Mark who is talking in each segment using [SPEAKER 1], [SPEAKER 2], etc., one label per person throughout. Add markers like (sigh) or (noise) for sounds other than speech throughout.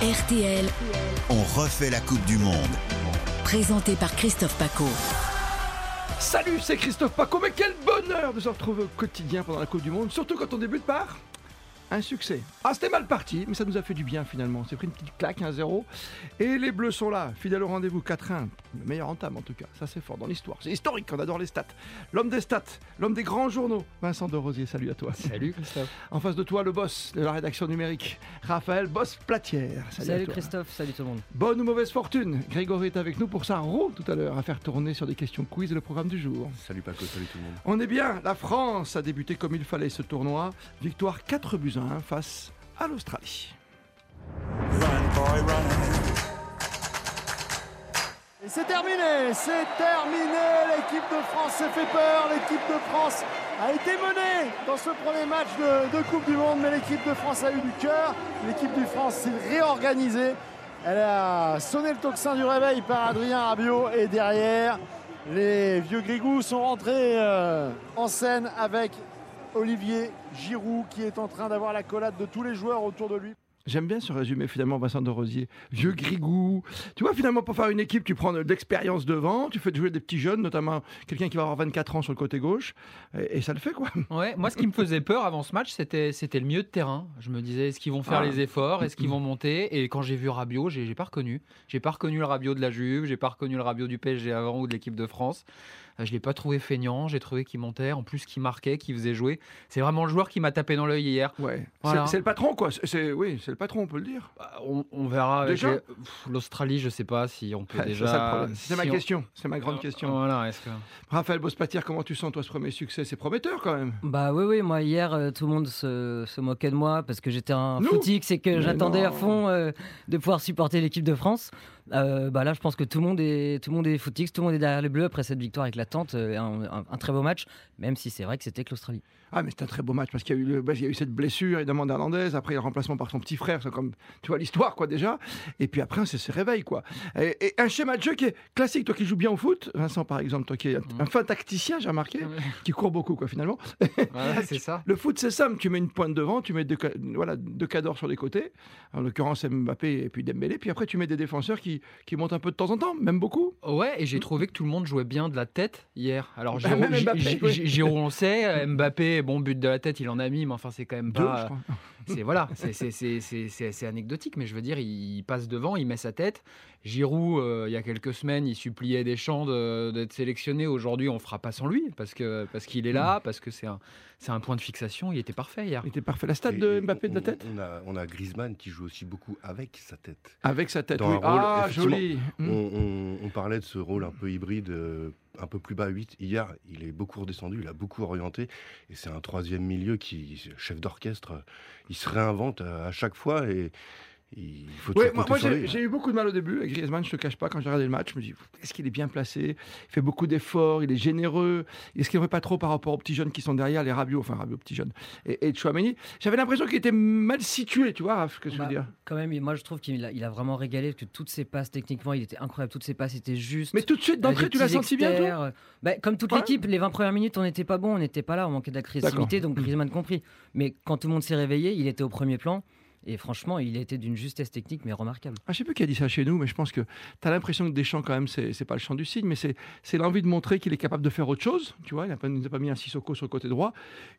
[SPEAKER 1] RTL,
[SPEAKER 2] On refait la Coupe du Monde.
[SPEAKER 1] présenté par Christophe Paco.
[SPEAKER 3] Salut, c'est Christophe Paco, mais quel bonheur de se retrouver au quotidien pendant la Coupe du Monde, surtout quand on débute par un succès. Ah, c'était mal parti, mais ça nous a fait du bien finalement. C'est pris une petite claque, 1-0. Et les Bleus sont là, fidèles au rendez-vous, 4-1. Le meilleur entame en tout cas, ça c'est fort dans l'histoire. C'est historique, on adore les stats. L'homme des stats, l'homme des grands journaux, Vincent de Rosier, salut à toi.
[SPEAKER 4] Salut Christophe.
[SPEAKER 3] En face de toi, le boss de la rédaction numérique, Raphaël Boss-Platière. Salut, à
[SPEAKER 4] Salut
[SPEAKER 3] toi.
[SPEAKER 4] Christophe, salut tout le monde.
[SPEAKER 3] Bonne ou mauvaise fortune, Grégory est avec nous pour sa roue tout à l'heure, à faire tourner sur des questions quiz le programme du jour.
[SPEAKER 5] Salut Paco, salut tout le monde.
[SPEAKER 3] On est bien, la France a débuté comme il fallait ce tournoi. Victoire 4 buts à 1 face à l'Australie.
[SPEAKER 6] Et c'est terminé, c'est terminé. L'équipe de France s'est fait peur. L'équipe de France a été menée dans ce premier match de, de Coupe du Monde, mais l'équipe de France a eu du cœur. L'équipe du France s'est réorganisée. Elle a sonné le tocsin du réveil par Adrien Rabiot et derrière, les vieux grigous sont rentrés euh, en scène avec Olivier Giroud qui est en train d'avoir la collade de tous les joueurs autour de lui.
[SPEAKER 3] J'aime bien ce résumé finalement, Vincent de Rosier. Vieux grigou. Tu vois, finalement, pour faire une équipe, tu prends de l'expérience devant, tu fais jouer des petits jeunes, notamment quelqu'un qui va avoir 24 ans sur le côté gauche, et, et ça le fait quoi.
[SPEAKER 7] (laughs) Ouais, moi ce qui me faisait peur avant ce match, c'était c'était le milieu de terrain. Je me disais est-ce qu'ils vont faire
[SPEAKER 3] Ah.
[SPEAKER 7] les efforts, est-ce qu'ils vont monter Et quand j'ai vu Rabiot, j'ai j'ai pas reconnu. J'ai pas reconnu le Rabiot de la Juve, j'ai pas reconnu le Rabiot du PSG avant ou de l'équipe de France. Euh, Je l'ai pas trouvé feignant, j'ai trouvé qu'il montait, en plus qu'il marquait, qu'il faisait jouer. C'est vraiment le joueur qui m'a tapé dans l'œil hier.
[SPEAKER 3] Ouais.
[SPEAKER 7] Voilà.
[SPEAKER 3] C'est, c'est le patron quoi. C'est, c'est- oui, c'est le patron, on peut le dire.
[SPEAKER 7] Bah, on, on verra. avec
[SPEAKER 3] Déjà
[SPEAKER 7] les- Pff, L'Australie, je sais pas si on peut
[SPEAKER 3] Ouais,
[SPEAKER 7] déjà.
[SPEAKER 3] c'est ça le problème. C'est ma
[SPEAKER 7] si on- Euh,
[SPEAKER 3] question, c'est ma grande question.
[SPEAKER 7] Voilà, est-ce que-
[SPEAKER 3] (laughs) Raphaël Bospatière, comment tu sens toi ce premier succès C'est prometteur quand même.
[SPEAKER 4] Bah oui, oui, moi hier, euh, tout le monde se, se moquait de moi parce que j'étais un
[SPEAKER 3] Nous
[SPEAKER 4] footix et que
[SPEAKER 3] Mais
[SPEAKER 4] j'attendais à
[SPEAKER 3] non.
[SPEAKER 4] fond euh, de pouvoir supporter l'équipe de France. Euh, bah là, je pense que tout le monde est, tout le monde est footix, tout le monde est derrière les Bleus après cette victoire éclatante. euh, un, un- un très beau match, même si c'est vrai que c'était que l'Australie.
[SPEAKER 3] Ah, mais c'est un très beau match parce qu'il y a eu, le- bah, il y a eu cette blessure évidemment d'Irlandaise, après il y a le remplacement par son petit frère, c'est comme tu vois l'histoire quoi déjà, et puis après c'est ce réveil quoi. Et, et un schéma de jeu qui est classique, toi qui joues bien au foot, Vincent par exemple, toi qui es un,
[SPEAKER 5] Mm-hmm.
[SPEAKER 3] un fin tacticien, j'ai
[SPEAKER 5] Ah
[SPEAKER 3] remarqué,
[SPEAKER 7] Ouais.
[SPEAKER 3] qui court beaucoup quoi finalement.
[SPEAKER 7] Voilà, c'est ça.
[SPEAKER 3] Le foot c'est simple, tu mets une pointe devant, tu mets deux, ca- voilà, deux cadors sur les côtés, en l'occurrence Mbappé et puis Dembélé, puis après tu mets des défenseurs qui, qui montent un peu de temps en temps, même beaucoup.
[SPEAKER 7] Ouais, et j'ai trouvé que tout le monde jouait bien de la tête hier. Alors,
[SPEAKER 3] Mm, Bah,
[SPEAKER 7] Giroud,
[SPEAKER 3] même
[SPEAKER 7] Gi-
[SPEAKER 3] Mbappé,
[SPEAKER 7] Gi-
[SPEAKER 3] oui.
[SPEAKER 7] Gi- Giroud, on le sait. euh, Mbappé, bon, but de la tête, il en a mis, mais enfin, c'est quand même
[SPEAKER 3] Deux, je
[SPEAKER 5] Bah,
[SPEAKER 7] pas.
[SPEAKER 3] crois.
[SPEAKER 7] C'est voilà, c'est- c'est- c'est c'est- c'est- c'est anecdotique, mais je veux dire, il, il passe devant, il met sa tête. Giroud, euh, il y a quelques semaines, il suppliait Deschamps de- d'être sélectionné. Aujourd'hui, on fera pas sans lui parce que parce qu'il
[SPEAKER 3] Mm.
[SPEAKER 7] est là, parce que c'est un c'est un point de fixation. Il était parfait hier.
[SPEAKER 3] Il était parfait. La stade
[SPEAKER 5] Et-
[SPEAKER 3] de
[SPEAKER 5] et
[SPEAKER 3] Mbappé de la
[SPEAKER 5] on-
[SPEAKER 3] tête
[SPEAKER 5] on a, on a Griezmann qui joue aussi beaucoup avec sa tête.
[SPEAKER 3] Avec sa tête,
[SPEAKER 5] Dans
[SPEAKER 3] oui.
[SPEAKER 5] un rôle,
[SPEAKER 3] Ah,
[SPEAKER 5] effectivement,
[SPEAKER 3] joli
[SPEAKER 5] On,
[SPEAKER 3] Mm.
[SPEAKER 5] on- on parlait de ce rôle un peu hybride, euh, un peu plus bas 8. Hier, il est beaucoup redescendu, il a beaucoup orienté. Et c'est un troisième milieu qui, chef d'orchestre, euh, il se réinvente à, à chaque fois et il faut
[SPEAKER 3] Ouais,
[SPEAKER 5] toujours
[SPEAKER 3] moi,
[SPEAKER 5] compter
[SPEAKER 3] moi,
[SPEAKER 5] sur
[SPEAKER 3] j'ai
[SPEAKER 5] lui.
[SPEAKER 3] j'ai eu beaucoup de mal au début avec Griezmann, je te cache pas, quand j'ai regardé le match, je me dis, est-ce qu'il est bien placé Il fait beaucoup d'efforts, il est généreux, est-ce qu'il ne pas trop par rapport aux petits jeunes qui sont derrière, les Rabiot, enfin Rabiot, petits jeunes, et, et Chouameni J'avais l'impression qu'il était mal situé, tu vois, Raph, ce que je veux
[SPEAKER 4] Bah,
[SPEAKER 3] dire.
[SPEAKER 4] Quand même, moi je trouve qu'il a, il a vraiment régalé, parce que toutes ses passes techniquement, il était incroyable, toutes ses passes étaient justes.
[SPEAKER 3] Mais tout de suite, d'entrée,
[SPEAKER 4] Des
[SPEAKER 3] tu l'as
[SPEAKER 4] petits
[SPEAKER 3] senti bien, toi
[SPEAKER 4] extérieurs. Bah, Comme toute
[SPEAKER 3] Ouais.
[SPEAKER 4] l'équipe, les 20 premières minutes, on n'était pas bon, on n'était pas là, on manquait d'agressivité, donc Griezmann compris. Mais quand tout le monde s'est réveillé, il était au premier plan. Et franchement, il était d'une justesse technique, mais remarquable.
[SPEAKER 3] Ah, je sais plus qui a dit ça chez nous, mais je pense que tu as l'impression que Deschamps, quand même, c'est c'est pas le champ du signe, mais c'est c'est l'envie de montrer qu'il est capable de faire autre chose. Tu vois, il ne nous a pas mis un Sissoko sur le côté droit.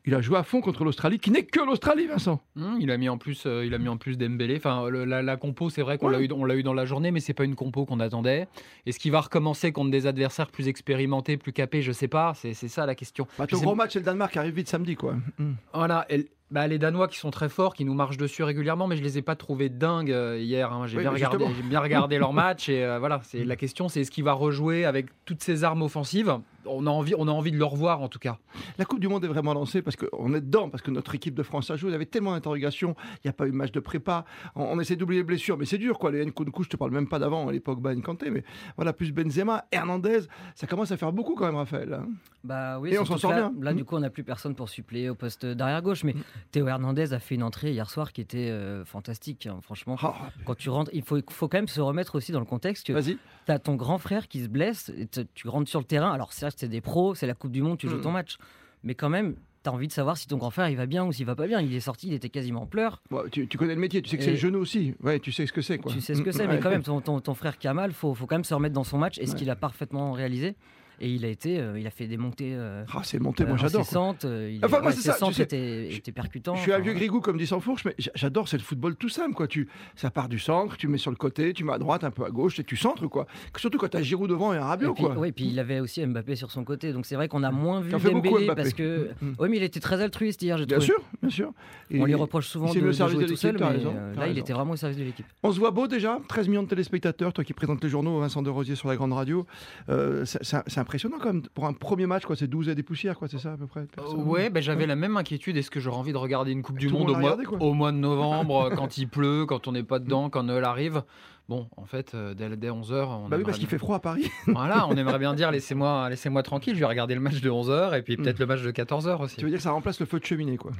[SPEAKER 3] Il a joué à fond contre l'Australie, qui n'est que l'Australie, Vincent.
[SPEAKER 7] Hum, il a mis en plus, euh, il a mis en plus Dembélé. Enfin, le- la, la compo, c'est vrai qu'on
[SPEAKER 3] Ouais.
[SPEAKER 7] l'a eu, on l'a eu dans la journée, mais c'est pas une compo qu'on attendait. Est-ce qu'il va recommencer contre des adversaires plus expérimentés, plus capés Je sais pas. C'est c'est ça la question.
[SPEAKER 3] Bah,
[SPEAKER 7] Je
[SPEAKER 3] ton
[SPEAKER 7] sais-
[SPEAKER 3] gros match, c'est le Danemark qui arrive vite samedi, quoi. Mm.
[SPEAKER 7] Voilà. et- bah, les Danois qui sont très forts, qui nous marchent dessus régulièrement, mais je les ai pas trouvés dingues euh, hier. hein. J'ai
[SPEAKER 3] Oui,
[SPEAKER 7] bien
[SPEAKER 3] mais
[SPEAKER 7] regardé,
[SPEAKER 3] justement.
[SPEAKER 7] j'ai bien regardé
[SPEAKER 3] (laughs)
[SPEAKER 7] leur match et euh, voilà. C'est la question, c'est est-ce qu'il va rejouer avec toutes ses armes offensives On a envie, on a envie de le revoir en tout cas.
[SPEAKER 3] La Coupe du Monde est vraiment lancée parce qu'on est dedans, parce que notre équipe de France à jouer, il y avait tellement d'interrogations, il n'y a pas eu de match de prépa, on, on essaie d'oublier les blessures, mais c'est dur quoi. Les Nkunku, je te parle même pas d'avant, à l'époque Ben Kanté, mais voilà, plus Benzema, Hernandez, ça commence à faire beaucoup quand même, Raphaël. hein.
[SPEAKER 4] Bah oui,
[SPEAKER 3] Et on
[SPEAKER 4] surtout
[SPEAKER 3] s'en
[SPEAKER 4] que
[SPEAKER 3] sort
[SPEAKER 4] là,
[SPEAKER 3] bien.
[SPEAKER 4] Là,
[SPEAKER 3] Mm.
[SPEAKER 4] du coup, on n'a plus personne pour suppléer au poste d'arrière gauche. Mais Théo Hernandez a fait une entrée hier soir qui était euh, fantastique. hein. Franchement,
[SPEAKER 3] Ah,
[SPEAKER 4] quand tu rentres, il faut, faut quand même se remettre aussi dans le contexte que
[SPEAKER 3] Vas-y.
[SPEAKER 4] T'as ton grand frère qui se blesse, et t- tu rentres sur le terrain. Alors, certes, c'est des pros, c'est la Coupe du Monde, tu joues
[SPEAKER 3] Mm.
[SPEAKER 4] ton match. Mais quand même, t'as envie de savoir si ton grand frère il va bien ou s'il va pas bien. Il est sorti, il était quasiment en pleurs.
[SPEAKER 3] Bon, tu, tu connais le métier, tu sais que c'est
[SPEAKER 4] Et-
[SPEAKER 3] le genou aussi. Ouais, tu sais ce que c'est quoi. Mm, Hmm.
[SPEAKER 4] Tu sais ce que c'est,
[SPEAKER 3] Ouais.
[SPEAKER 4] mais quand même, ton, ton, ton frère qui a mal, faut, faut quand même se remettre dans son match et ce
[SPEAKER 3] Ouais.
[SPEAKER 4] qu'il a parfaitement réalisé. Et il a été, euh, il a fait des montées. euh,
[SPEAKER 3] Ah, c'est monté, moi
[SPEAKER 4] euh,
[SPEAKER 3] j'adore. quoi.
[SPEAKER 4] incessantes, euh, il
[SPEAKER 3] Enfin,
[SPEAKER 4] est-
[SPEAKER 3] moi,
[SPEAKER 4] ouais,
[SPEAKER 3] c'est ça,
[SPEAKER 4] incessantes
[SPEAKER 3] tu sais,
[SPEAKER 4] étaient-
[SPEAKER 3] je-
[SPEAKER 4] étaient percutantes.
[SPEAKER 3] Je suis un vieux
[SPEAKER 4] Enfin,
[SPEAKER 3] grigou comme dit Sansfourche, mais j- j'adore, c'est le football tout simple. Quoi. Tu, ça part du centre, tu mets sur le côté, tu mets à droite, un peu à gauche, et tu centres. Quoi. Surtout quand t'as Giroud devant et Rabiot.
[SPEAKER 4] Et puis,
[SPEAKER 3] Quoi.
[SPEAKER 4] oui, puis il avait aussi Mbappé sur son côté, donc c'est vrai qu'on a moins vu
[SPEAKER 3] en fait beaucoup,
[SPEAKER 4] Dembélé
[SPEAKER 3] Mbappé.
[SPEAKER 4] parce que.
[SPEAKER 3] Mm.
[SPEAKER 4] Oui, mais il était très altruiste hier, j'ai
[SPEAKER 3] Bien
[SPEAKER 4] trouvé.
[SPEAKER 3] sûr, bien sûr.
[SPEAKER 4] On
[SPEAKER 3] Et
[SPEAKER 4] lui reproche souvent
[SPEAKER 3] il
[SPEAKER 4] de,
[SPEAKER 3] s'est mis au
[SPEAKER 4] de
[SPEAKER 3] service
[SPEAKER 4] jouer
[SPEAKER 3] de
[SPEAKER 4] tout seul,
[SPEAKER 3] l'équipe, t'as
[SPEAKER 4] mais
[SPEAKER 3] raison,
[SPEAKER 4] euh,
[SPEAKER 3] t'as
[SPEAKER 4] là, il
[SPEAKER 3] raison.
[SPEAKER 4] était vraiment au service de l'équipe.
[SPEAKER 3] On se voit beau déjà, 13 millions de téléspectateurs, toi qui présentes les journaux, Vincent de Rosier sur la grande radio. Euh, c'est- c'est c'est impressionnant quand même. Pour un premier match, quoi, c'est 12 et des poussières, quoi, c'est ça à peu près
[SPEAKER 7] Euh,
[SPEAKER 3] personnes.
[SPEAKER 7] ouais, ben, j'avais la même inquiétude. Est-ce que j'aurais envie de regarder une Coupe du
[SPEAKER 3] Tout le
[SPEAKER 7] Monde
[SPEAKER 3] monde
[SPEAKER 7] au
[SPEAKER 3] l'a
[SPEAKER 7] mois,
[SPEAKER 3] regardé, quoi. Mm.
[SPEAKER 7] au mois de novembre,
[SPEAKER 3] (laughs)
[SPEAKER 7] euh, quand il pleut, quand on n'est pas dedans, quand Noël arrive Bon, en fait, euh, dès, 11h, on
[SPEAKER 3] Bah oui,
[SPEAKER 7] aimerait
[SPEAKER 3] parce qu'il
[SPEAKER 7] bien-
[SPEAKER 3] fait froid à Paris.
[SPEAKER 7] (laughs) Voilà, on aimerait bien dire laissez-moi laissez tranquille, je vais regarder le match de 11h et puis
[SPEAKER 3] Mm.
[SPEAKER 7] peut-être le match de 14h aussi.
[SPEAKER 3] tu veux dire que ça remplace le feu de cheminée, quoi.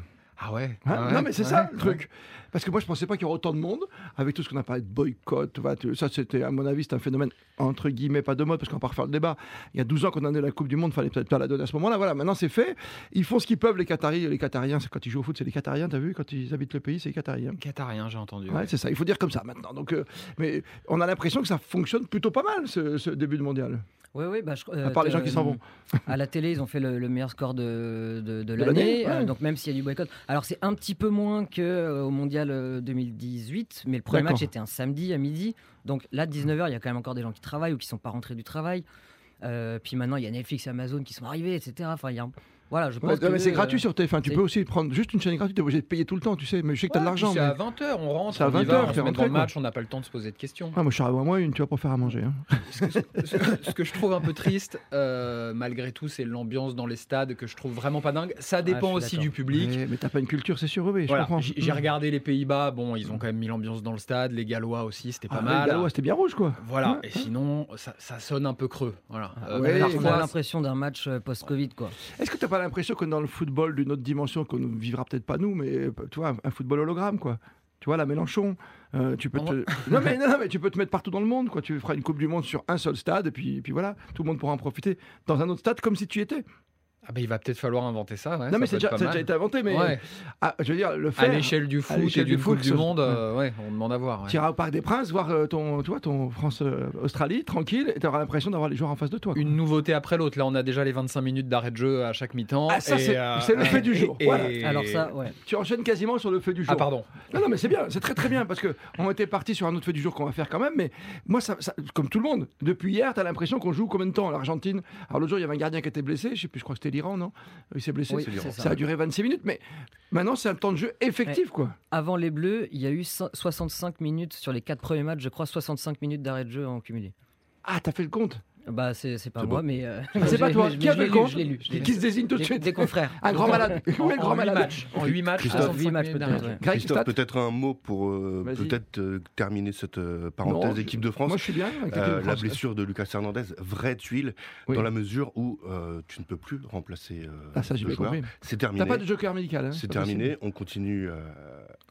[SPEAKER 7] Ah ouais,
[SPEAKER 3] Hein
[SPEAKER 7] ah ouais,
[SPEAKER 3] non mais c'est
[SPEAKER 7] ouais,
[SPEAKER 3] ça le
[SPEAKER 7] ouais.
[SPEAKER 3] truc. Parce que moi je pensais pas qu'il y aurait autant de monde avec tout ce qu'on a parlé de boycott. voilà, tu- Ça c'était à mon avis c'est un phénomène entre guillemets pas de mode parce qu'on va pas refaire le débat. Il y a 12 ans qu'on a donné la Coupe du Monde, fallait peut-être pas la donner à ce moment-là. Voilà maintenant c'est fait. Ils font ce qu'ils peuvent les Qataris. Les Qatariens c'est- quand ils jouent au foot c'est les Qatariens. T'as vu quand ils habitent le pays c'est les Qatariens.
[SPEAKER 7] Qatarien, j'ai entendu.
[SPEAKER 3] Ouais,
[SPEAKER 7] ouais.
[SPEAKER 3] c'est ça. Il faut dire comme ça maintenant. Donc euh, mais on a l'impression que ça fonctionne plutôt pas mal ce, ce début de mondial.
[SPEAKER 4] Oui, oui, bah, je- euh,
[SPEAKER 3] À part les gens
[SPEAKER 4] euh,
[SPEAKER 3] qui s'en vont.
[SPEAKER 4] À la télé, ils ont fait le, le meilleur score de, de, de
[SPEAKER 3] l'année,
[SPEAKER 4] l'année, euh,
[SPEAKER 3] ouais.
[SPEAKER 4] donc même s'il y a du boycott. Alors c'est un petit peu moins qu'au Mondial euh, 2018, mais le premier
[SPEAKER 3] D'accord.
[SPEAKER 4] match était un samedi à midi, donc là 19h, il y a quand même encore des gens qui travaillent ou qui sont pas rentrés du travail. Euh, puis maintenant, il y a Netflix et Amazon qui sont arrivés, etc. Enfin, il y a un- Voilà, je pense
[SPEAKER 3] Ouais,
[SPEAKER 4] que,
[SPEAKER 3] mais c'est
[SPEAKER 4] euh,
[SPEAKER 3] gratuit sur TF1. Tu
[SPEAKER 4] c'est-
[SPEAKER 3] peux aussi prendre juste une chaîne gratuite. T'es obligé de payer tout le temps. Tu sais. Mais je sais que t'as de
[SPEAKER 7] Ouais, puis
[SPEAKER 3] l'argent.
[SPEAKER 7] C'est
[SPEAKER 3] mais-
[SPEAKER 7] à 20h, on rentre,
[SPEAKER 3] C'est à
[SPEAKER 7] on
[SPEAKER 3] 20
[SPEAKER 7] y va,
[SPEAKER 3] heures,
[SPEAKER 7] on
[SPEAKER 3] c'est
[SPEAKER 7] se met dans le
[SPEAKER 3] rentré,
[SPEAKER 7] match, on n'a pas le temps de se poser de questions.
[SPEAKER 3] Ah, moi je suis à moi une tu vois pour faire à manger. hein.
[SPEAKER 7] ce, que- ce que je trouve un peu triste, euh, malgré tout, c'est l'ambiance dans les stades que je trouve vraiment pas dingue. Ça
[SPEAKER 4] je
[SPEAKER 7] dépend
[SPEAKER 4] suis
[SPEAKER 7] aussi
[SPEAKER 4] d'accord.
[SPEAKER 7] du public.
[SPEAKER 3] Ouais, mais t'as pas une culture, c'est sûr, oui, je
[SPEAKER 7] Voilà,
[SPEAKER 3] comprends.
[SPEAKER 7] j'ai j'ai
[SPEAKER 3] Mm.
[SPEAKER 7] regardé les Pays-Bas, bon, ils ont quand même mis l'ambiance dans le stade, les Gallois aussi, c'était pas
[SPEAKER 3] Ah,
[SPEAKER 7] mal.
[SPEAKER 3] Les Gallois, c'était bien rouge, quoi.
[SPEAKER 7] Voilà, et sinon, ça, ça sonne un peu creux. Voilà.
[SPEAKER 4] on a-
[SPEAKER 7] Euh,
[SPEAKER 3] Ah, ouais,
[SPEAKER 4] on a
[SPEAKER 7] parfois,
[SPEAKER 4] l'impression d'un match euh, post-Covid, quoi.
[SPEAKER 3] Est-ce que t'as pas l'impression que dans le football d'une autre dimension, qu'on ne vivra peut-être pas nous, mais euh, tu vois, un- un football hologramme, quoi tu vois, la Mélenchon, euh, tu peux
[SPEAKER 7] Non,
[SPEAKER 3] te... (laughs) non, mais, non, non, mais tu peux te mettre partout dans le monde, quoi. Tu feras une Coupe du Monde sur un seul stade, et puis, puis voilà, tout le monde pourra en profiter dans un autre stade comme si tu y étais.
[SPEAKER 7] Ah bah, il va peut-être falloir inventer ça. ouais,
[SPEAKER 3] non, mais
[SPEAKER 7] ça
[SPEAKER 3] c'est déjà,
[SPEAKER 7] peut être pas
[SPEAKER 3] ça a déjà
[SPEAKER 7] mal.
[SPEAKER 3] été inventé, mais
[SPEAKER 7] Ouais,
[SPEAKER 3] ah, je veux dire, le
[SPEAKER 7] à
[SPEAKER 3] faire.
[SPEAKER 7] l'échelle du foot,
[SPEAKER 3] l'échelle
[SPEAKER 7] et
[SPEAKER 3] du
[SPEAKER 7] d'une Coupe
[SPEAKER 3] foot,
[SPEAKER 7] du
[SPEAKER 3] ça-
[SPEAKER 7] Monde, euh, ouais, on demande à voir. ouais.
[SPEAKER 3] Tu iras au Parc des Princes, voir euh, ton, tu vois, ton France-Australie, tranquille, et tu auras l'impression d'avoir les joueurs en face de toi. quoi.
[SPEAKER 7] Une nouveauté après l'autre. Là, on a déjà les 25 minutes d'arrêt de jeu à chaque mi-temps.
[SPEAKER 3] Ah, ça,
[SPEAKER 7] et, euh,
[SPEAKER 3] c'est- c'est le fait du jour, voilà.
[SPEAKER 4] Alors ça, ouais.
[SPEAKER 3] Tu enchaînes quasiment sur le feu du jour.
[SPEAKER 7] Ah, pardon.
[SPEAKER 3] Non, non, mais c'est bien, c'est très très bien parce que on était parti sur un autre fait du jour qu'on va faire quand même. Mais moi, ça, ça- comme tout le monde, depuis hier, t'as l'impression qu'on joue combien de temps L'Argentine. Alors l'autre jour, il y avait un gardien qui était blessé. Je sais plus, je crois que c'était l'Iran, non Il s'est blessé.
[SPEAKER 4] Oui,
[SPEAKER 5] c'est
[SPEAKER 4] c'est
[SPEAKER 5] dur.
[SPEAKER 3] ça a duré 26 minutes, mais maintenant c'est un temps de jeu effectif, quoi.
[SPEAKER 4] Avant les Bleus, il y a eu so- 65 minutes sur les quatre premiers matchs, je crois 65 minutes d'arrêt de jeu en cumulé.
[SPEAKER 3] Ah, t'as fait le compte
[SPEAKER 4] Bah c'est c'est pas
[SPEAKER 5] C'est
[SPEAKER 4] moi,
[SPEAKER 5] beau.
[SPEAKER 4] mais euh,
[SPEAKER 3] C'est
[SPEAKER 4] (laughs) je
[SPEAKER 3] pas
[SPEAKER 4] l'ai-
[SPEAKER 3] toi
[SPEAKER 4] je-
[SPEAKER 3] qui a
[SPEAKER 4] je
[SPEAKER 3] fait
[SPEAKER 4] l'ai
[SPEAKER 3] le
[SPEAKER 4] lu,
[SPEAKER 3] compte
[SPEAKER 4] Je l'ai lu. je l'ai
[SPEAKER 3] Qui
[SPEAKER 4] lu.
[SPEAKER 3] se désigne tout de
[SPEAKER 4] Des-
[SPEAKER 3] suite
[SPEAKER 4] Des confrères.
[SPEAKER 3] Un grand malade.
[SPEAKER 7] En,
[SPEAKER 3] Où est le grand
[SPEAKER 7] en, 8
[SPEAKER 3] malade
[SPEAKER 7] matchs, en 8 matchs,
[SPEAKER 5] Christophe,
[SPEAKER 7] 65
[SPEAKER 4] 8 matchs
[SPEAKER 7] minutes
[SPEAKER 4] peut-être,
[SPEAKER 7] d'arrêt.
[SPEAKER 4] ouais.
[SPEAKER 3] Greg,
[SPEAKER 5] Christophe,
[SPEAKER 3] stat
[SPEAKER 5] peut-être un mot pour euh,
[SPEAKER 3] Vas-y.
[SPEAKER 5] peut-être euh, terminer cette euh, parenthèse
[SPEAKER 3] Non, je-
[SPEAKER 5] équipe de France.
[SPEAKER 3] Moi, je suis bien. avec l'équipe
[SPEAKER 5] Euh,
[SPEAKER 3] de
[SPEAKER 5] la
[SPEAKER 3] France.
[SPEAKER 5] blessure de Lucas Hernandez, vraie tuile,
[SPEAKER 3] Oui.
[SPEAKER 5] dans la mesure où euh, tu ne peux plus remplacer euh,
[SPEAKER 3] Ah, ça, j'ai
[SPEAKER 5] le
[SPEAKER 3] bien
[SPEAKER 5] joueur.
[SPEAKER 3] compris.
[SPEAKER 5] C'est
[SPEAKER 3] T'as
[SPEAKER 5] terminé.
[SPEAKER 3] pas de joker médical. hein,
[SPEAKER 5] C'est
[SPEAKER 3] pas possible.
[SPEAKER 5] terminé. On continue euh,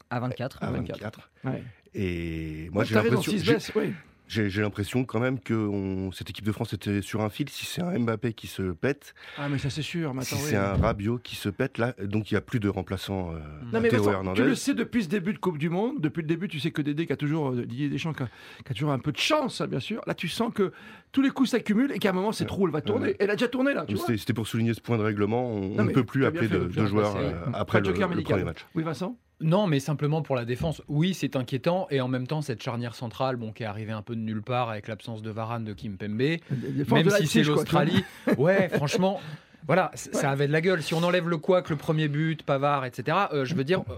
[SPEAKER 4] À 24.
[SPEAKER 5] à
[SPEAKER 3] Ah Ouais.
[SPEAKER 5] 24.
[SPEAKER 3] 24. Ouais. Ah,
[SPEAKER 5] Et moi, j'ai
[SPEAKER 3] T'as raison,
[SPEAKER 5] l'impression.
[SPEAKER 3] s'il se
[SPEAKER 5] j'ai-
[SPEAKER 3] blesse, oui.
[SPEAKER 5] J'ai j'ai l'impression quand même que on- cette équipe de France était sur un fil. Si c'est un Mbappé qui se pète,
[SPEAKER 3] Ah, mais ça, c'est sûr. mais
[SPEAKER 5] si
[SPEAKER 3] attends,
[SPEAKER 5] c'est
[SPEAKER 3] oui.
[SPEAKER 5] un Rabiot qui se pète, là, donc il n'y a plus de remplaçant euh,
[SPEAKER 3] Non mais
[SPEAKER 5] Théo
[SPEAKER 3] Vincent, tu
[SPEAKER 5] Hernandez.
[SPEAKER 3] le sais depuis ce début de Coupe du Monde, depuis le début, tu sais que Dédé qui a toujours euh, Didier Deschamps qui a, qui a toujours un peu de chance, hein, bien sûr. Là, tu sens que tous les coups s'accumulent et qu'à un moment cette roue elle va tourner.
[SPEAKER 5] ouais.
[SPEAKER 3] Elle a déjà tourné là, tu
[SPEAKER 5] Mais
[SPEAKER 3] vois.
[SPEAKER 5] c'était- C'était pour souligner ce point de règlement. On
[SPEAKER 3] Non,
[SPEAKER 5] on ne
[SPEAKER 3] mais
[SPEAKER 5] peut plus
[SPEAKER 3] t'as bien
[SPEAKER 5] appeler
[SPEAKER 3] fait
[SPEAKER 5] de,
[SPEAKER 3] de
[SPEAKER 5] de
[SPEAKER 3] faire
[SPEAKER 5] joueurs
[SPEAKER 7] passer,
[SPEAKER 5] euh,
[SPEAKER 3] oui. Pas
[SPEAKER 5] après
[SPEAKER 3] de
[SPEAKER 5] le,
[SPEAKER 3] joker
[SPEAKER 5] le
[SPEAKER 3] médical.
[SPEAKER 5] premier match.
[SPEAKER 3] Oui, Vincent.
[SPEAKER 7] Non, mais simplement pour la défense. Oui, c'est inquiétant. Et en même temps, cette charnière centrale, bon, qui est arrivée un peu de nulle part avec l'absence de Varane, de Kimpembe, Euh, même si c'est l'Australie, ouais, franchement, voilà,
[SPEAKER 3] (laughs)
[SPEAKER 7] c- ça avait de la gueule. Si on enlève le couac, le premier but, Pavard, etc., euh, je veux dire, euh,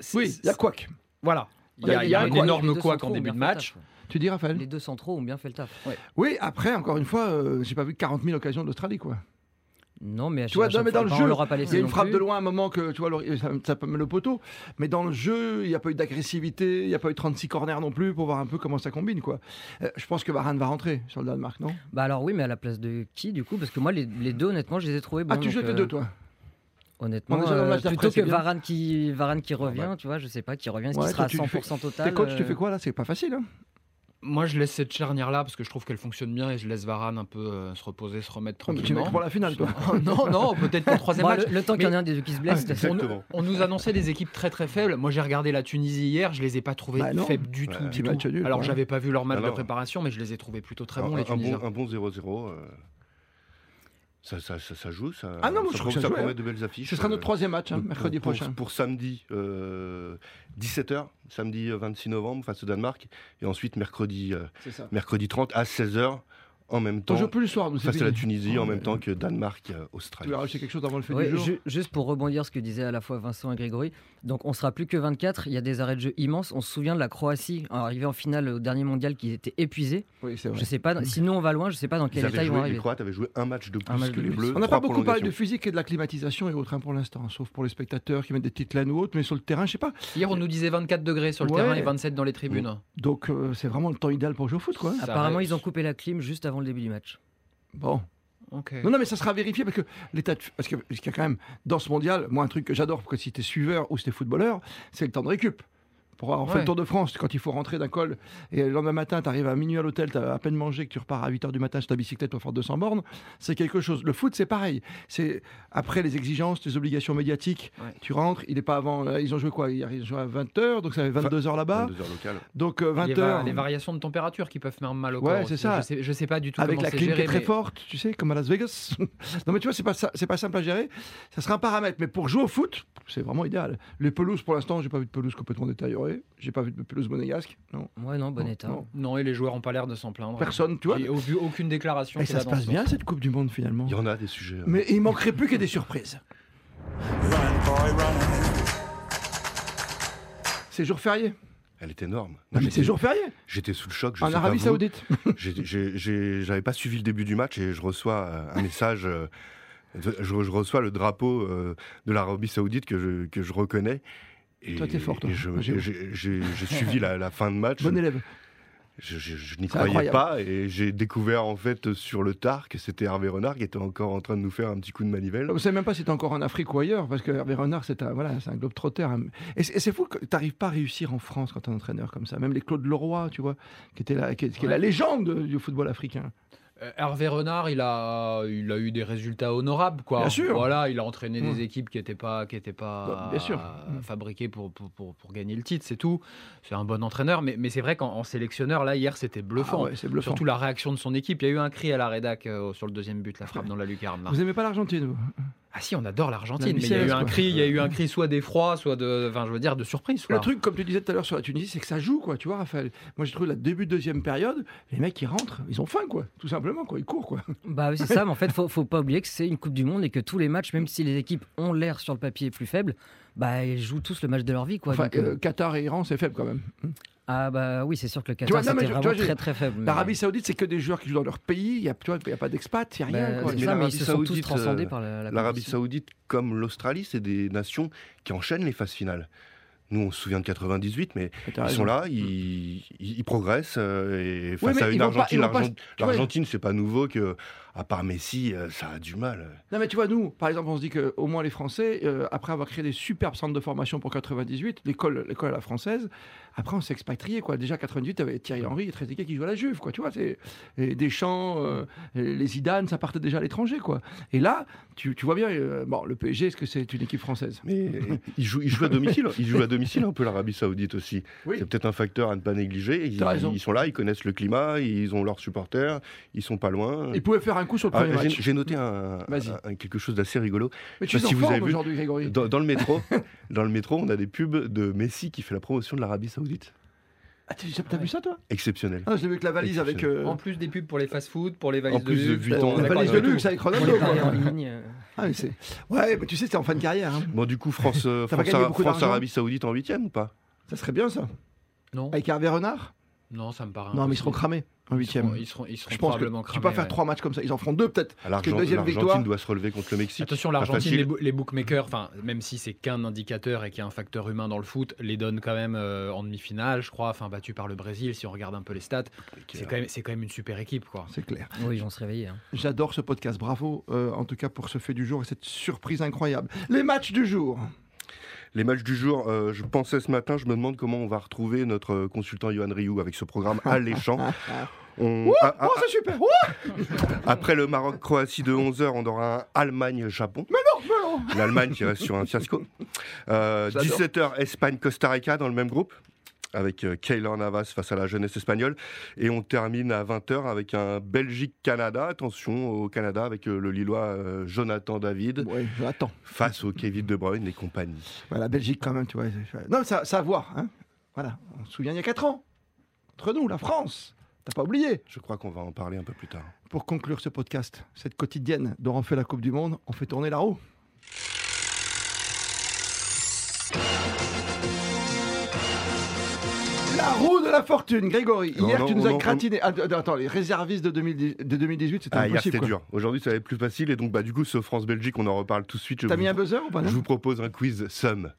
[SPEAKER 7] c'est-
[SPEAKER 3] Oui, il y a quoi que.
[SPEAKER 7] voilà, il y a, il y a
[SPEAKER 3] un
[SPEAKER 7] un
[SPEAKER 3] couac.
[SPEAKER 7] énorme
[SPEAKER 4] Les deux
[SPEAKER 7] couac
[SPEAKER 4] centraux
[SPEAKER 7] en
[SPEAKER 4] ont
[SPEAKER 7] début
[SPEAKER 4] bien
[SPEAKER 7] de
[SPEAKER 4] fait le
[SPEAKER 7] match.
[SPEAKER 4] taf, ouais.
[SPEAKER 3] Tu dis Raphaël
[SPEAKER 4] Les deux centraux ont bien fait le taf.
[SPEAKER 3] Oui, après encore une fois, euh, j'ai pas vu 40 000 occasions de l'Australie quoi.
[SPEAKER 4] Non, mais à
[SPEAKER 3] Tu
[SPEAKER 4] chaque-
[SPEAKER 3] vois,
[SPEAKER 4] à
[SPEAKER 3] non,
[SPEAKER 4] chaque
[SPEAKER 3] mais dans
[SPEAKER 4] fois,
[SPEAKER 3] le
[SPEAKER 4] on
[SPEAKER 3] jeu,
[SPEAKER 4] l'aura pas
[SPEAKER 3] Il
[SPEAKER 4] laissé
[SPEAKER 3] y a une
[SPEAKER 4] non
[SPEAKER 3] frappe
[SPEAKER 4] plus.
[SPEAKER 3] de loin à un moment que tu vois le- ça, ça peut mettre le poteau, mais dans le jeu, il n'y a pas eu d'agressivité, il n'y a pas eu 36 corners non plus pour voir un peu comment ça combine quoi. Euh, je pense que Varane va rentrer sur le Danemark, non
[SPEAKER 4] Bah alors oui, mais à la place de qui du coup Parce que moi, les, les deux, honnêtement, je les ai trouvés bons.
[SPEAKER 3] Ah, tu
[SPEAKER 4] donc,
[SPEAKER 3] joues les
[SPEAKER 4] euh,
[SPEAKER 3] deux toi.
[SPEAKER 4] Honnêtement,
[SPEAKER 3] On est déjà dans le
[SPEAKER 4] euh,
[SPEAKER 3] match d'après,
[SPEAKER 4] plutôt
[SPEAKER 3] c'est
[SPEAKER 4] que
[SPEAKER 3] bien.
[SPEAKER 4] Varane qui, Varane qui revient, tu vois, je sais pas, qui revient, est-ce
[SPEAKER 3] Ouais,
[SPEAKER 4] qu'il sera
[SPEAKER 3] toi, tu
[SPEAKER 4] à 100% total
[SPEAKER 3] T'es coach,
[SPEAKER 4] euh,
[SPEAKER 3] tu fais quoi là C'est pas facile. Hein
[SPEAKER 7] Moi, je laisse cette charnière-là parce que je trouve qu'elle fonctionne bien et je laisse Varane un peu euh, se reposer, se remettre
[SPEAKER 3] Oh, mais Tu
[SPEAKER 7] tranquillement. Oh,
[SPEAKER 3] mets
[SPEAKER 7] (laughs)
[SPEAKER 3] pour la finale, toi. (laughs)
[SPEAKER 7] non, non, peut-être pour le troisième
[SPEAKER 4] Bon,
[SPEAKER 7] match. Ah,
[SPEAKER 4] le, le temps qu'il y en ait un des deux qui se blesse, de toute façon.
[SPEAKER 5] Exactement.
[SPEAKER 7] On nous annonçait des équipes très très faibles. Moi j'ai regardé la Tunisie hier, je les ai pas trouvées
[SPEAKER 3] Bah non.
[SPEAKER 7] faibles du tout. du
[SPEAKER 5] Ouais.
[SPEAKER 3] Petit
[SPEAKER 7] tout.
[SPEAKER 3] match nul,
[SPEAKER 7] Alors
[SPEAKER 3] ouais.
[SPEAKER 7] j'avais pas vu leur match
[SPEAKER 5] Ah
[SPEAKER 7] de
[SPEAKER 5] non.
[SPEAKER 7] préparation, mais je les ai trouvés plutôt très
[SPEAKER 5] un,
[SPEAKER 7] bons les
[SPEAKER 5] un
[SPEAKER 7] Tunisiens.
[SPEAKER 5] bon, un bon 0-0. euh, Ça, ça, ça, ça joue, ça,
[SPEAKER 3] Ah non, moi, je
[SPEAKER 5] ça,
[SPEAKER 3] trouve que
[SPEAKER 5] prom-
[SPEAKER 3] ça
[SPEAKER 5] ça
[SPEAKER 3] joue,
[SPEAKER 5] promet
[SPEAKER 3] hein.
[SPEAKER 5] de belles affiches.
[SPEAKER 3] Ce sera notre
[SPEAKER 5] euh,
[SPEAKER 3] troisième match, hein,
[SPEAKER 5] pour-
[SPEAKER 3] mercredi
[SPEAKER 5] pour,
[SPEAKER 3] prochain.
[SPEAKER 5] Pour, samedi, 17h, samedi euh, 26 novembre face au Danemark, et ensuite mercredi, euh,
[SPEAKER 3] C'est ça.
[SPEAKER 5] mercredi 30 à 16h, en même
[SPEAKER 3] On
[SPEAKER 5] temps,
[SPEAKER 3] joue plus le soir, nous c'est
[SPEAKER 5] face à la
[SPEAKER 3] fini.
[SPEAKER 5] Tunisie, en
[SPEAKER 3] Ouais.
[SPEAKER 5] même temps que euh,
[SPEAKER 3] Tu
[SPEAKER 5] Danemark-Australie.
[SPEAKER 3] veux rajouter quelque chose avant le fait
[SPEAKER 4] Ouais,
[SPEAKER 3] du jour
[SPEAKER 4] ju- juste pour rebondir ce que disaient à la fois Vincent et Grégory, donc on sera plus que 24, il y a des arrêts de jeu immenses, on se souvient de la Croatie hein, arrivée en finale au dernier mondial qui était épuisée.
[SPEAKER 3] Oui, c'est
[SPEAKER 4] Je sais pas, sinon on va loin, je sais pas dans quel état ils vont
[SPEAKER 5] joué, les
[SPEAKER 4] arriver.
[SPEAKER 5] Croates avaient joué un match de plus
[SPEAKER 4] match
[SPEAKER 5] que
[SPEAKER 4] de
[SPEAKER 5] les
[SPEAKER 4] plus.
[SPEAKER 5] Bleus.
[SPEAKER 3] On n'a
[SPEAKER 5] trois
[SPEAKER 3] pas beaucoup parlé de
[SPEAKER 5] prolongations.
[SPEAKER 3] physique et de l'acclimatisation et autres hein, pour l'instant, sauf pour les spectateurs qui mettent des petites laines ou autres, mais sur le terrain, je sais pas.
[SPEAKER 7] Hier on nous disait 24 degrés sur le
[SPEAKER 3] Ouais.
[SPEAKER 7] terrain et 27 dans les tribunes.
[SPEAKER 3] Donc euh, c'est vraiment le temps idéal pour jouer au foot, quoi.
[SPEAKER 7] Ça
[SPEAKER 4] Apparemment,
[SPEAKER 7] reste-
[SPEAKER 4] ils ont coupé la clim juste avant le début du match.
[SPEAKER 3] Bon.
[SPEAKER 7] Ok.
[SPEAKER 3] Mm. Non, non, mais ça sera vérifié parce que l'état de- Parce que- parce qu'il y a quand même, dans ce mondial, moi, un truc que j'adore, parce que si t'es suiveur ou si t'es footballeur, c'est le temps de récup. Pour avoir fait
[SPEAKER 7] Ouais.
[SPEAKER 3] le Tour de France, quand il faut rentrer d'un col et le lendemain matin, t'arrives à minuit à l'hôtel, t'as à peine mangé, que tu repars à 8 h du matin sur ta bicyclette pour faire 200 bornes, c'est quelque chose. Le foot, c'est pareil. C'est après les exigences, les obligations médiatiques.
[SPEAKER 7] Ouais.
[SPEAKER 3] Tu rentres, il est pas avant. là, Ils ont joué quoi Hier, Ils ont joué à 20 h, donc ça fait 22 h là-bas.
[SPEAKER 5] 22 heures locales.
[SPEAKER 3] Donc euh,
[SPEAKER 7] Les,
[SPEAKER 3] 20
[SPEAKER 7] va- les
[SPEAKER 3] h
[SPEAKER 7] variations de température qui peuvent faire mal au
[SPEAKER 3] Ouais,
[SPEAKER 7] corps.
[SPEAKER 3] c'est
[SPEAKER 7] aussi.
[SPEAKER 3] ça.
[SPEAKER 7] Je sais, je sais pas du tout
[SPEAKER 3] avec
[SPEAKER 7] comment
[SPEAKER 3] la
[SPEAKER 7] c'est
[SPEAKER 3] clim qui
[SPEAKER 7] géré,
[SPEAKER 3] est très
[SPEAKER 7] mais-
[SPEAKER 3] forte, tu sais, comme à Las Vegas. (laughs) non, mais tu vois, c'est pas ça- c'est pas simple à gérer. Ça sera un paramètre, mais pour jouer au foot, c'est vraiment idéal. Les pelouses, pour l'instant, j'ai pas vu de pelouse complètement détériorée. J'ai pas vu de pelouse monégasque. Non.
[SPEAKER 4] Ouais, non, bon
[SPEAKER 3] Non,
[SPEAKER 4] état.
[SPEAKER 3] Oh, non.
[SPEAKER 7] Non, et les joueurs ont pas l'air de s'en plaindre.
[SPEAKER 3] Personne, tu vois.
[SPEAKER 7] J'ai au- vu aucune déclaration.
[SPEAKER 3] Et
[SPEAKER 7] qui
[SPEAKER 3] ça
[SPEAKER 7] va
[SPEAKER 3] se
[SPEAKER 7] dans
[SPEAKER 3] passe
[SPEAKER 7] ce
[SPEAKER 3] bien
[SPEAKER 7] sens.
[SPEAKER 3] cette Coupe du Monde finalement.
[SPEAKER 5] Il y en a des sujets. euh,
[SPEAKER 3] Mais il manquerait plus que des surprises.
[SPEAKER 2] Run, boy, run.
[SPEAKER 3] C'est jour férié.
[SPEAKER 5] Elle est énorme.
[SPEAKER 3] Non,
[SPEAKER 5] Moi,
[SPEAKER 3] mais c'est
[SPEAKER 5] j'étais-
[SPEAKER 3] jour férié
[SPEAKER 5] J'étais sous le choc. je
[SPEAKER 3] en
[SPEAKER 5] sais pas
[SPEAKER 3] Arabie
[SPEAKER 5] vous.
[SPEAKER 3] Saoudite.
[SPEAKER 5] J'ai- j'ai- j'ai- J'avais pas suivi le début du match et je reçois euh, un message. euh, de- je, je reçois le drapeau euh, de l'Arabie Saoudite que je, que je reconnais. Et,
[SPEAKER 3] Toi, t'es fort, toi.
[SPEAKER 5] et je-
[SPEAKER 3] Moi, j'ai
[SPEAKER 5] et
[SPEAKER 3] vu.
[SPEAKER 5] J'ai j'ai- j'ai suivi la, la fin de match.
[SPEAKER 3] Bon élève.
[SPEAKER 5] je je- je n'y
[SPEAKER 3] C'est
[SPEAKER 5] croyais
[SPEAKER 3] incroyable.
[SPEAKER 5] pas et j'ai découvert en fait sur le tard que c'était Hervé Renard qui était encore en train de nous faire un petit coup de manivelle.
[SPEAKER 3] Vous ne savez même pas si t'es encore en Afrique ou ailleurs, parce que Hervé Renard, c'est un, voilà, c'est un globe-trotter. hein. Et c'est et c'est fou que t'arrives pas à réussir en France quand t'es un entraîneur comme ça. Même les Claude Leroy, tu vois, qui, était la, qui, est- qui est la
[SPEAKER 7] Ouais.
[SPEAKER 3] légende du football africain.
[SPEAKER 7] Euh, Hervé Renard, il a, il a eu des résultats honorables, quoi.
[SPEAKER 3] Bien sûr.
[SPEAKER 7] Voilà, il a entraîné
[SPEAKER 3] Mm.
[SPEAKER 7] des équipes qui n'étaient pas, qui étaient pas
[SPEAKER 3] Bah, bien sûr.
[SPEAKER 7] euh,
[SPEAKER 3] Mm.
[SPEAKER 7] fabriquées pour, pour, pour, pour gagner le titre, c'est tout. C'est un bon entraîneur, mais, mais c'est vrai qu'en en sélectionneur, là, hier, c'était
[SPEAKER 3] Ah
[SPEAKER 7] bluffant.
[SPEAKER 3] ouais, c'est bluffant.
[SPEAKER 7] Surtout la réaction de son équipe. Il y a eu un cri à la rédac euh, sur le deuxième but, la frappe dans la lucarne. là.
[SPEAKER 3] Vous aimez pas l'Argentine, vous
[SPEAKER 7] Ah si, on adore
[SPEAKER 3] La
[SPEAKER 7] l'Argentine, mais il y a eu
[SPEAKER 3] Marseillaise,
[SPEAKER 7] un
[SPEAKER 3] quoi.
[SPEAKER 7] cri, il y a eu un cri soit d'effroi, soit de, enfin, je veux dire, de surprise. quoi.
[SPEAKER 3] Le truc, comme tu disais tout à l'heure sur la Tunisie, c'est que ça joue, quoi. Tu vois, Raphaël. Moi, j'ai trouvé la début de deuxième période, les mecs, ils rentrent, ils ont faim, quoi. Tout simplement, quoi. Ils courent, quoi.
[SPEAKER 4] Bah oui, c'est ça, mais en fait, faut, faut pas oublier que c'est une Coupe du Monde et que tous les matchs, même si les équipes ont l'air sur le papier plus faibles, bah ils jouent tous le match de leur vie, quoi.
[SPEAKER 3] Enfin,
[SPEAKER 4] Donc, euh,
[SPEAKER 3] euh, Qatar et Iran, c'est faible, quand même.
[SPEAKER 4] ah bah oui, c'est sûr que le
[SPEAKER 3] vois,
[SPEAKER 4] Qatar
[SPEAKER 3] non, mais je-
[SPEAKER 4] c'était
[SPEAKER 3] tu
[SPEAKER 4] vraiment
[SPEAKER 3] vois, j'ai-
[SPEAKER 4] très très faible. mais-
[SPEAKER 3] L'Arabie Saoudite, c'est que des joueurs qui jouent dans leur pays. Il y a, tu vois, il y a pas d'expat, il y a rien,
[SPEAKER 4] Bah,
[SPEAKER 3] quoi.
[SPEAKER 4] c'est
[SPEAKER 5] Mais
[SPEAKER 4] ça, mais ils
[SPEAKER 5] l'Arabie
[SPEAKER 4] se sont tous
[SPEAKER 5] Saoudite,
[SPEAKER 4] transcendés
[SPEAKER 5] euh,
[SPEAKER 4] par la, la
[SPEAKER 5] L'Arabie
[SPEAKER 4] compétition.
[SPEAKER 5] Saoudite, comme l'Australie, c'est des nations qui enchaînent les phases finales. Nous, on se souvient de 98, mais
[SPEAKER 3] T'as
[SPEAKER 5] Ils
[SPEAKER 3] raison.
[SPEAKER 5] sont là, ils, ils- ils progressent euh, et face
[SPEAKER 3] Mm. mais
[SPEAKER 5] à
[SPEAKER 3] ils
[SPEAKER 5] une
[SPEAKER 3] vont pas- ils
[SPEAKER 5] Argentine,
[SPEAKER 3] vont pas-
[SPEAKER 5] l'Argent-
[SPEAKER 3] tu vois,
[SPEAKER 5] l'Argentine, c'est pas nouveau que, à part Messi, euh, ça a du mal.
[SPEAKER 3] Non mais tu vois, nous, par exemple, on se dit que au moins les Français, euh, après avoir créé des superbes centres de formation pour 98, l'école, l'école à la française, après on s'est expatrié quoi. Déjà 98, t'avais Thierry Henry et Trezeguet qui jouaient à la Juve quoi. Tu vois, c'est et Deschamps, euh, et les Zidane, ça partait déjà à l'étranger quoi. Et là, tu, tu vois bien, euh, bon, le PSG, est-ce que c'est une équipe française (laughs)
[SPEAKER 5] Mais ils jouent, ils jouent à domicile, ils jouent à domicile un peu l'Arabie Saoudite aussi.
[SPEAKER 3] Oui.
[SPEAKER 5] C'est peut-être un facteur à ne pas négliger. Ils,
[SPEAKER 3] T'as raison.
[SPEAKER 5] ils sont là, ils connaissent le climat, ils ont leurs supporters, ils sont pas loin.
[SPEAKER 3] Ils pouvaient faire un coup sur le
[SPEAKER 5] Ah,
[SPEAKER 3] premier
[SPEAKER 5] j'ai-
[SPEAKER 3] match.
[SPEAKER 5] J'ai noté un,
[SPEAKER 3] Vas-y.
[SPEAKER 5] un- quelque chose d'assez rigolo.
[SPEAKER 3] Mais tu es
[SPEAKER 5] je sais pas
[SPEAKER 3] en
[SPEAKER 5] si vous avez
[SPEAKER 3] forme
[SPEAKER 5] vu-
[SPEAKER 3] aujourd'hui, Grégory.
[SPEAKER 5] Dans, dans le
[SPEAKER 3] (laughs)
[SPEAKER 5] métro, dans le métro, on a des pubs de Messi qui fait la promotion de l'Arabie Saoudite.
[SPEAKER 3] Ah, t'as, t'as vu ça toi
[SPEAKER 5] Exceptionnel.
[SPEAKER 3] Ah, je l'ai vu avec la valise avec. euh,
[SPEAKER 7] En plus des pubs pour les fast-food, pour les valises
[SPEAKER 5] En plus de
[SPEAKER 7] luxe,
[SPEAKER 5] Vuitton,
[SPEAKER 7] pour-
[SPEAKER 3] la valise de
[SPEAKER 5] d'accord.
[SPEAKER 3] luxe avec
[SPEAKER 4] Pour
[SPEAKER 3] Ronaldo.
[SPEAKER 4] les
[SPEAKER 3] quoi.
[SPEAKER 4] paris en ligne, euh,
[SPEAKER 3] Ah, mais c'est... Ouais, mais tu sais, c'est en fin de carrière. hein.
[SPEAKER 5] Bon, du coup, France, euh,
[SPEAKER 3] (laughs) T'as pas
[SPEAKER 5] France,
[SPEAKER 3] gagné beaucoup d'argent
[SPEAKER 5] Arabie Saoudite en huitième ou pas
[SPEAKER 3] Ça serait bien ça.
[SPEAKER 7] Non,
[SPEAKER 3] Avec Hervé Renard.
[SPEAKER 7] non, ça me paraît.
[SPEAKER 3] Non, mais ils
[SPEAKER 7] impossible.
[SPEAKER 3] seront cramés en huitième.
[SPEAKER 7] Ils seront, ils seront
[SPEAKER 3] Je pense que
[SPEAKER 7] probablement
[SPEAKER 3] tu peux
[SPEAKER 7] cramés,
[SPEAKER 3] pas faire
[SPEAKER 7] ouais.
[SPEAKER 3] trois matchs comme ça. Ils en feront deux peut-être.
[SPEAKER 5] Alors,
[SPEAKER 3] que
[SPEAKER 5] l'Argent-
[SPEAKER 3] deuxième victoire-
[SPEAKER 5] L'Argentine doit se relever contre le Mexique.
[SPEAKER 7] Attention,
[SPEAKER 5] Pas
[SPEAKER 7] l'Argentine,
[SPEAKER 5] facile. Mm.
[SPEAKER 7] les, bo- les bookmakers, enfin, même si c'est qu'un indicateur et qu'il y a un facteur humain dans le foot, les donnent quand même euh, en demi-finale, je crois, enfin, battu par le Brésil, si on regarde un peu les stats. C'est quand, même- c'est quand même une super équipe, quoi.
[SPEAKER 3] C'est clair.
[SPEAKER 4] Oui, ils vont se réveiller. hein.
[SPEAKER 3] J'adore ce podcast. Bravo, euh, en tout cas, pour ce fait du jour et cette surprise incroyable. Les matchs du jour.
[SPEAKER 5] Les matchs du jour, euh, je pensais ce matin, je me demande comment on va retrouver notre euh, consultant Johan Rioux avec ce (laughs) programme alléchant. On- a- a-
[SPEAKER 3] Oh, c'est super Oh,
[SPEAKER 5] après le Maroc-Croatie de 11h, on aura un Allemagne-Japon.
[SPEAKER 3] melon
[SPEAKER 5] L'Allemagne qui reste sur un fiasco. Euh,
[SPEAKER 7] J'adore.
[SPEAKER 5] 17h, Espagne-Costa Rica dans le même groupe. Avec euh, Keylor Navas face à la jeunesse espagnole. Et on termine à 20h avec un Belgique-Canada. Attention au Canada avec euh, le Lillois euh, Jonathan David
[SPEAKER 3] Oui, attends.
[SPEAKER 5] face au Kevin De Bruyne et compagnie.
[SPEAKER 3] Bah, la Belgique, quand même, tu vois. c'est- Non, mais ça, ça à voir. Hein. Voilà, on se souvient il y a 4 ans. Entre nous, la France. T'as pas oublié.
[SPEAKER 5] Je crois qu'on va en parler un peu plus tard.
[SPEAKER 3] Pour conclure ce podcast, cette quotidienne dont on fait la Coupe du Monde, on fait tourner la roue. La roue de la fortune, Grégory.
[SPEAKER 5] Non,
[SPEAKER 3] Hier,
[SPEAKER 5] non,
[SPEAKER 3] tu nous
[SPEAKER 5] on
[SPEAKER 3] as
[SPEAKER 5] en-
[SPEAKER 3] gratiné. Ah, Attends, les réservistes de, 2010 de 2018, c'était
[SPEAKER 5] Ah, hier
[SPEAKER 3] impossible.
[SPEAKER 5] c'était
[SPEAKER 3] quoi.
[SPEAKER 5] dur. Aujourd'hui ça va être plus facile et donc bah du coup ce France-Belgique on en reparle tout de suite. Je
[SPEAKER 3] T'as
[SPEAKER 5] vous-
[SPEAKER 3] mis un buzzer ou pas non
[SPEAKER 5] je vous propose un quiz somme,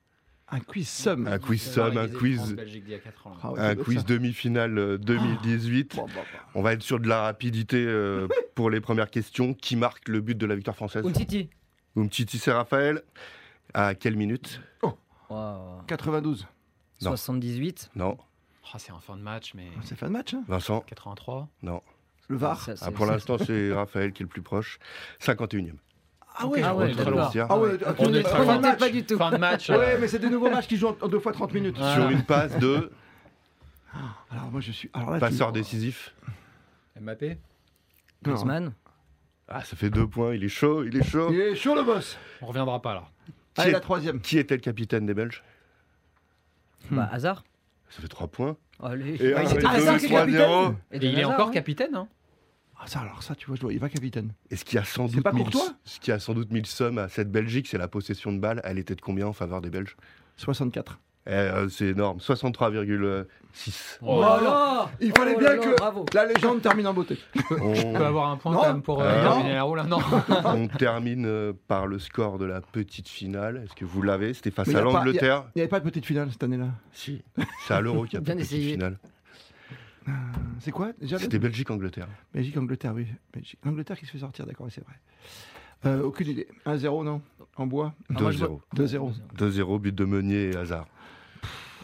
[SPEAKER 3] Un quiz somme.
[SPEAKER 5] un quiz somme, un quiz,
[SPEAKER 7] Belgique d'il y a 4 ans.
[SPEAKER 3] Ah ouais, ça
[SPEAKER 5] un
[SPEAKER 3] doit être
[SPEAKER 5] quiz
[SPEAKER 3] ça. Oh.
[SPEAKER 5] demi-finale euh, 2018.
[SPEAKER 3] Bon, bon, bon.
[SPEAKER 5] On va être sur de la rapidité euh, pour les premières questions. Qui marque le but de la victoire française
[SPEAKER 4] Umtiti.
[SPEAKER 5] Umtiti, c'est Raphaël. À quelle minute
[SPEAKER 4] Waouh.
[SPEAKER 3] 92.
[SPEAKER 5] Non.
[SPEAKER 4] 78.
[SPEAKER 5] Non.
[SPEAKER 7] Ah, c'est en fin de match, mais
[SPEAKER 3] C'est fin de match, hein
[SPEAKER 5] Vincent
[SPEAKER 7] 83.
[SPEAKER 3] Le VAR.
[SPEAKER 4] Ça, c'est-
[SPEAKER 5] Ah, Pour l'instant
[SPEAKER 4] (laughs)
[SPEAKER 5] c'est Raphaël qui est le plus proche. 51e.
[SPEAKER 3] Ah ouais,
[SPEAKER 4] Ah ouais,
[SPEAKER 5] Autre
[SPEAKER 4] d'accord.
[SPEAKER 5] lancière.
[SPEAKER 3] Ah ouais,
[SPEAKER 7] On est
[SPEAKER 3] fin de
[SPEAKER 4] on
[SPEAKER 3] match.
[SPEAKER 4] était pas du tout.
[SPEAKER 7] Fin de match. euh,
[SPEAKER 3] Ouais, mais c'est des nouveaux matchs qui jouent en en deux fois 30 minutes.
[SPEAKER 7] Ah.
[SPEAKER 5] Sur une passe de
[SPEAKER 3] Alors moi je suis. Alors là, tu-
[SPEAKER 5] passeur décisif.
[SPEAKER 7] Mbappé.
[SPEAKER 3] Non.
[SPEAKER 5] hein.
[SPEAKER 4] Griezmann.
[SPEAKER 5] Ah, ça fait deux points. Il est chaud, il est chaud.
[SPEAKER 3] Il est chaud le boss.
[SPEAKER 7] On reviendra pas là.
[SPEAKER 5] Qui
[SPEAKER 3] Allez,
[SPEAKER 5] est-
[SPEAKER 3] la troisième.
[SPEAKER 5] Qui était le capitaine des Belges
[SPEAKER 4] Bah, Hazard.
[SPEAKER 5] Ça fait 3 points.
[SPEAKER 4] Allez.
[SPEAKER 5] Et
[SPEAKER 4] Bah,
[SPEAKER 5] un,
[SPEAKER 4] il s'était
[SPEAKER 5] et
[SPEAKER 4] fait
[SPEAKER 5] deux,
[SPEAKER 4] cinq, c'est
[SPEAKER 5] trois,
[SPEAKER 4] capitaine.
[SPEAKER 5] zéro.
[SPEAKER 7] Et
[SPEAKER 4] Et Eden
[SPEAKER 7] il est
[SPEAKER 4] Hazard,
[SPEAKER 7] encore
[SPEAKER 4] ouais.
[SPEAKER 7] capitaine. Hein.
[SPEAKER 3] Ah ça alors ça tu vois je vois il va capitaine.
[SPEAKER 5] Et ce qui a sans doute
[SPEAKER 3] pas
[SPEAKER 5] mis
[SPEAKER 3] Courtois
[SPEAKER 5] ce qui a sans doute mis le somme à cette Belgique, c'est la possession de balle. Elle était de combien en faveur des Belges
[SPEAKER 3] 64.
[SPEAKER 5] Eh, euh, C'est énorme, 63,6.
[SPEAKER 4] Oh là là
[SPEAKER 3] Il fallait
[SPEAKER 4] Oh là
[SPEAKER 3] bien
[SPEAKER 4] là,
[SPEAKER 3] que
[SPEAKER 4] Bravo.
[SPEAKER 3] la légende termine en beauté.
[SPEAKER 5] On,
[SPEAKER 7] On peut avoir un point
[SPEAKER 3] Non.
[SPEAKER 7] quand même pour euh,
[SPEAKER 5] Euh,
[SPEAKER 7] terminer la roue là. Non.
[SPEAKER 5] on termine euh, par le score de la petite finale. Est-ce que vous l'avez C'était face
[SPEAKER 3] Mais y
[SPEAKER 5] à
[SPEAKER 3] a pas-
[SPEAKER 5] l'Angleterre.
[SPEAKER 3] Il n'y avait pas de petite finale cette année-là.
[SPEAKER 5] Si, c'est à l'Euro
[SPEAKER 3] (laughs)
[SPEAKER 5] qu'il y a pas
[SPEAKER 4] Bien
[SPEAKER 5] de petite
[SPEAKER 4] essayé.
[SPEAKER 5] finale.
[SPEAKER 3] C'est quoi déjà le-
[SPEAKER 5] C'était Belgique-Angleterre.
[SPEAKER 3] Belgique Angleterre oui. Belgique Angleterre qui se fait sortir d'accord c'est vrai. Euh, aucune idée. 1-0 non en bois.
[SPEAKER 4] Ah, moi, je
[SPEAKER 5] 2-0.
[SPEAKER 3] 2-0.
[SPEAKER 5] 2-0, but de Meunier et Hazard.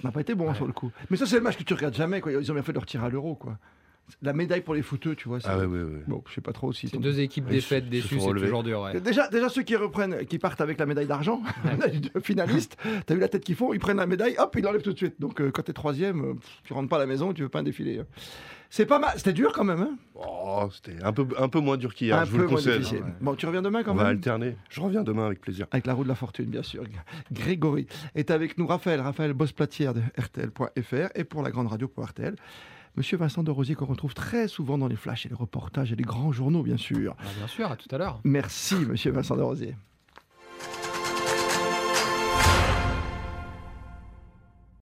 [SPEAKER 3] On n'a pas été bon hein, sur le coup. Mais ça c'est le match que tu regardes jamais quoi. Ils ont bien fait de leur tirer à l'euro quoi. La médaille pour les footeux tu vois. c'est-
[SPEAKER 5] Ah oui, oui, oui.
[SPEAKER 3] Bon je sais pas trop si.
[SPEAKER 7] C'est deux équipes défaites,
[SPEAKER 5] se
[SPEAKER 7] déçues,
[SPEAKER 5] sont
[SPEAKER 7] c'est
[SPEAKER 5] relevés.
[SPEAKER 7] toujours dur. ouais.
[SPEAKER 3] Déjà, déjà ceux qui reprennent, qui partent avec la médaille d'argent, (laughs) les finalistes, t'as vu la tête qu'ils font, ils prennent la médaille, hop, ils l'enlèvent tout de suite. Donc euh, quand t'es troisième, euh, pff, tu rentres pas à la maison, tu veux pas un défilé. hein. C'est pas mal, c'était dur quand même. Hein
[SPEAKER 5] Oh, c'était un peu, un peu moins dur qu'hier,
[SPEAKER 3] un
[SPEAKER 5] je vous le
[SPEAKER 3] peu moins
[SPEAKER 5] conseille.
[SPEAKER 3] difficile. Bon, tu reviens demain quand
[SPEAKER 5] On va
[SPEAKER 3] même.
[SPEAKER 5] alterner. Je reviens demain avec plaisir.
[SPEAKER 3] Avec la roue de la fortune, bien sûr. Grégory est avec nous, Raphaël, Raphaël Bosplatière de RTL.fr et pour la grande radio pour RTL. Monsieur Vincent de Rosier, qu'on retrouve très souvent dans les flashs et les reportages et les grands journaux, bien sûr.
[SPEAKER 7] Ah, bien sûr, à tout à l'heure.
[SPEAKER 3] Merci, monsieur Vincent de Rosier.